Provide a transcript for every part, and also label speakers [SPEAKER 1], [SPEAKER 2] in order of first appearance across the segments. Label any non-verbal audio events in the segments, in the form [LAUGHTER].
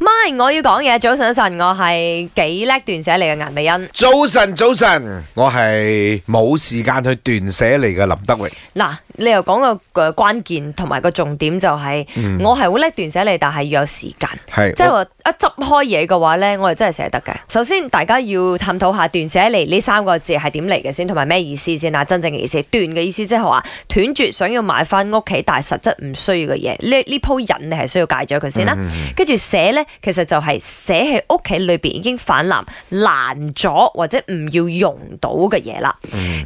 [SPEAKER 1] 係，我要講嘢。早晨，晨，我係幾叻斷捨離嘅顏美欣。
[SPEAKER 2] 早晨，早晨，我系冇時間去斷捨離嘅林德榮。
[SPEAKER 1] 嗱，你又講個誒呃關鍵同埋個重點就係、我係好叻斷捨離，但係要有時間。
[SPEAKER 2] 係
[SPEAKER 1] 即係話一執開嘢嘅話咧，我係真係捨得嘅。首先，大家要探討下斷捨離呢三個字係點嚟嘅先，同埋咩意思先啊？真正嘅意思，斷嘅意思即係話斷絕想要買翻屋企，但係實質唔需要嘅嘢。呢呢鋪癮你係需要戒咗佢先啦。跟住捨咧，其實就係捨喺屋企裏邊已經泛濫爛咗或者唔要用到嘅嘢啦。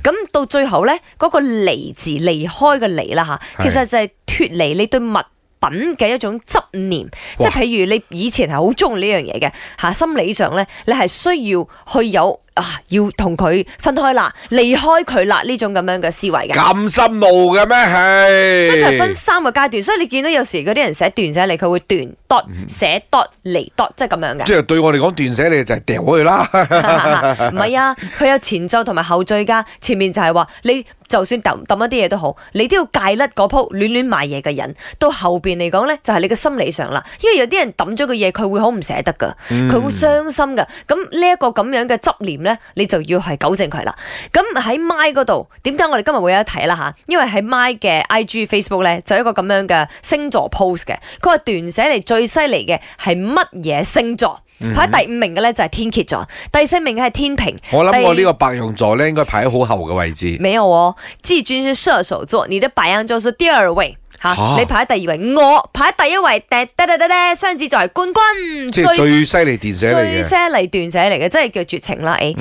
[SPEAKER 1] 咁、到最後咧，嗰、個離字離開嘅離啦嚇，其實就係脱離你對物。品嘅一種執念，即係
[SPEAKER 2] 哇
[SPEAKER 1] 譬如你以前係好中意呢樣嘢嘅嚇，心理上咧你係需要去有啊，要同佢分開啦，離開佢啦呢種咁樣嘅思維嘅。
[SPEAKER 2] 咁深奧嘅咩？
[SPEAKER 1] 所以佢係分
[SPEAKER 2] 係
[SPEAKER 1] 三個階段，所以你見到有時嗰啲人寫斷捨離，佢會斷 dot 寫 dot 離 dot，即係咁樣嘅
[SPEAKER 2] 即。係對我嚟講，斷捨離就係掉佢啦。
[SPEAKER 1] [LAUGHS]
[SPEAKER 2] [LAUGHS]
[SPEAKER 1] 唔係啊，佢有前奏同埋後奏噶。前面就係話你就算抌抌一啲嘢都好，你都要戒甩嗰鋪亂亂買嘢嘅人。到後邊嚟講咧，就係你嘅心理上啦。因為有啲人抌咗個嘢，佢會好唔捨得噶，佢會傷心噶。咁呢一個咁樣嘅執念咧，你就要係糾正佢啦。咁喺 My 嗰度，點解我哋今日會有得睇啦吓？因為喺 My 嘅 IG、Facebook 咧，就有一個咁樣嘅星座 post 嘅。佢話斷捨離最犀利嘅係乜嘢星座？排喺第五名嘅咧就係天蝎座，第四名嘅係天平。
[SPEAKER 2] 我諗我呢
[SPEAKER 1] 第
[SPEAKER 2] 個白羊座咧，應該排喺好後嘅位置。
[SPEAKER 1] 沒有哦，季軍是射手座，你的白羊座是第二位。吓，
[SPEAKER 2] 嚇
[SPEAKER 1] 你排喺第二位，我排喺第一位，哒哒哒哒哒，雙子座係冠軍，
[SPEAKER 2] 即係最犀利斷捨
[SPEAKER 1] 最
[SPEAKER 2] 離
[SPEAKER 1] 犀
[SPEAKER 2] 嘅，
[SPEAKER 1] 利斷捨嚟嘅，真係叫絕情啦，誒、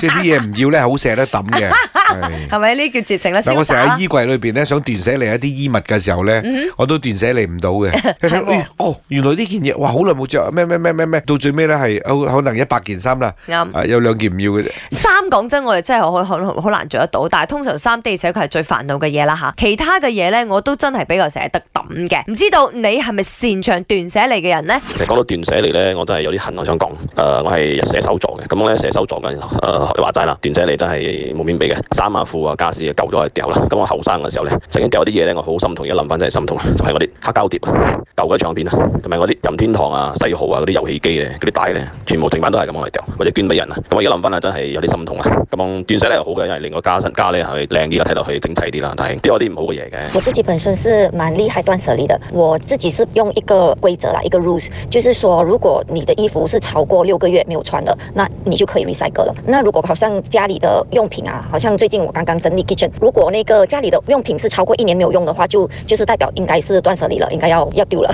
[SPEAKER 2] 即係啲嘢唔要咧，好捨得抌
[SPEAKER 1] [LAUGHS]
[SPEAKER 2] 嘅。係
[SPEAKER 1] 係咪呢叫絕情啦？
[SPEAKER 2] 嗱，我
[SPEAKER 1] 瀟
[SPEAKER 2] 成日喺
[SPEAKER 1] 灑
[SPEAKER 2] 衣櫃裏邊咧，想斷捨離一啲衣物嘅時候咧，我都斷捨離唔到
[SPEAKER 1] [LAUGHS]
[SPEAKER 2] 嘅。一睇
[SPEAKER 1] 喎
[SPEAKER 2] 哎哦，原來呢件嘢，哇，好耐冇着，咩咩咩咩咩，到最尾咧係可可能一百件衫啦，
[SPEAKER 1] 啱
[SPEAKER 2] 啊有兩件唔要嘅啫。
[SPEAKER 1] 三講真，我哋真係好好好好難做得到，但係通常三 D 且佢係最煩惱嘅嘢啦吓，其他嘅嘢咧我都真係比較捨得抌嘅，唔知道你係咪擅長斷捨離嘅人呢？
[SPEAKER 3] 其實講到斷捨離咧，我真係有啲恨我啊想講。誒、我係射手座嘅，咁咧射手座嘅人，誒、學你話齋啦，斷捨離真係冇面俾嘅。衫啊、褲啊、家私啊，舊咗就掉啦。咁我後生嘅時候咧，曾經掉啲嘢咧，我好心痛，而家諗翻真係心痛，就係嗰啲黑膠碟啊、舊嘅唱片啊，同埋嗰啲任天堂啊、細號啊、嗰啲遊戲機咧、嗰啲帶咧，全部剩翻都係咁我嚟掉，或者捐俾人啊。咁我而家諗翻啊，真係有啲心痛啊。咁樣斷捨離又好嘅，因為令我家身家咧係靚啲啦，睇落去整齊啲啦，但係都有啲唔好嘅嘢嘅。
[SPEAKER 4] 我自己本身是蛮厉害断舍离的，我自己是用一个规则啦，一个 rules，就是说，如果你的衣服是超过六个月没有穿的，那你就可以 recycle 了。那如果好像家里的用品啊，好像最近我刚刚整理 kitchen，如果那个家里的用品是超过一年没有用的话，就就是代表应该是断舍离了，应该要要丢了。